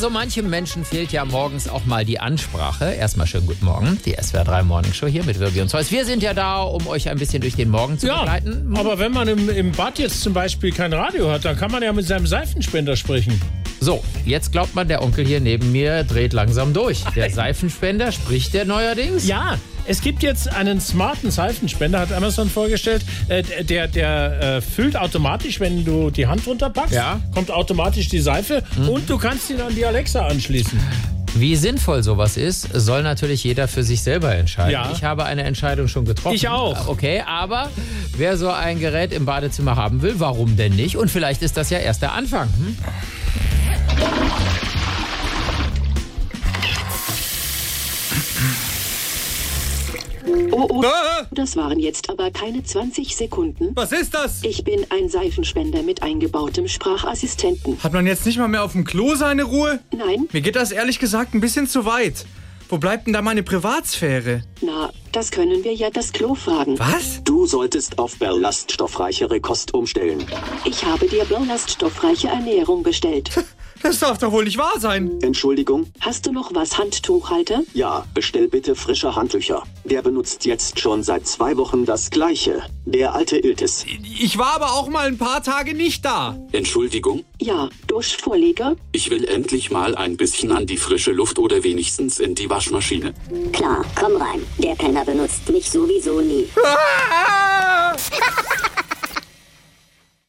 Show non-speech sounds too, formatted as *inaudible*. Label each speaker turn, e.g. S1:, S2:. S1: so manchem Also Menschen fehlt ja morgens auch mal die Ansprache. Erstmal schönen guten Morgen, die SWR 3 Morning Show hier mit Wirbi und Zeus. Wir sind ja da, um euch ein bisschen durch den Morgen zu
S2: Ja,
S1: begleiten.
S2: aber wenn man im, im Bad jetzt zum Beispiel kein Radio hat, dann kann man ja mit seinem Seifenspender sprechen.
S1: So, jetzt glaubt man, der Onkel hier neben mir dreht langsam durch. Der Seifenspender spricht der neuerdings.
S2: Ja, es gibt jetzt einen smarten Seifenspender, hat Amazon vorgestellt. Äh, der der äh, füllt automatisch, wenn du die Hand runterpackst,
S1: Ja.
S2: kommt automatisch die Seife und du kannst ihn an die Alexa anschließen.
S1: Wie sinnvoll sowas ist, soll natürlich jeder für sich selber entscheiden.
S2: Ja.
S1: Ich habe eine Entscheidung schon getroffen.
S2: Ich auch.
S1: Okay, aber wer so ein Gerät im Badezimmer haben will, warum denn nicht? Und vielleicht ist das ja erst der Anfang. Hm?
S3: Oh, oh,
S4: Ah,
S3: das waren jetzt aber keine 20 Sekunden.
S4: was ist das?
S3: Ich bin ein Seifenspender mit eingebautem Sprachassistenten.
S4: Hat man jetzt nicht mal mehr auf dem Klo seine Ruhe?
S3: Nein,
S4: Mir geht das ehrlich gesagt ein bisschen zu weit. Wo bleibt denn da meine Privatsphäre?
S3: na, das können wir ja das Klo fragen.
S4: Was?
S5: Du solltest auf ballaststoffreichere Kost umstellen.
S3: Ich habe dir ballaststoffreiche Ernährung
S4: *laughs*
S3: bestellt.
S4: Das darf doch wohl nicht wahr sein.
S5: Entschuldigung?
S3: Hast du noch was Handtuchhalter?
S5: Ja, bestell bitte frische Handtücher. Der benutzt jetzt schon seit zwei Wochen das gleiche. Der alte Iltis.
S4: Ich war aber auch mal ein paar Tage nicht da.
S6: Entschuldigung,
S3: Ja, Duschvorleger?
S6: ich will endlich mal ein bisschen an die frische Luft oder wenigstens in die Waschmaschine.
S7: Klar, komm rein. Der Penner benutzt mich sowieso nie.
S4: Ah!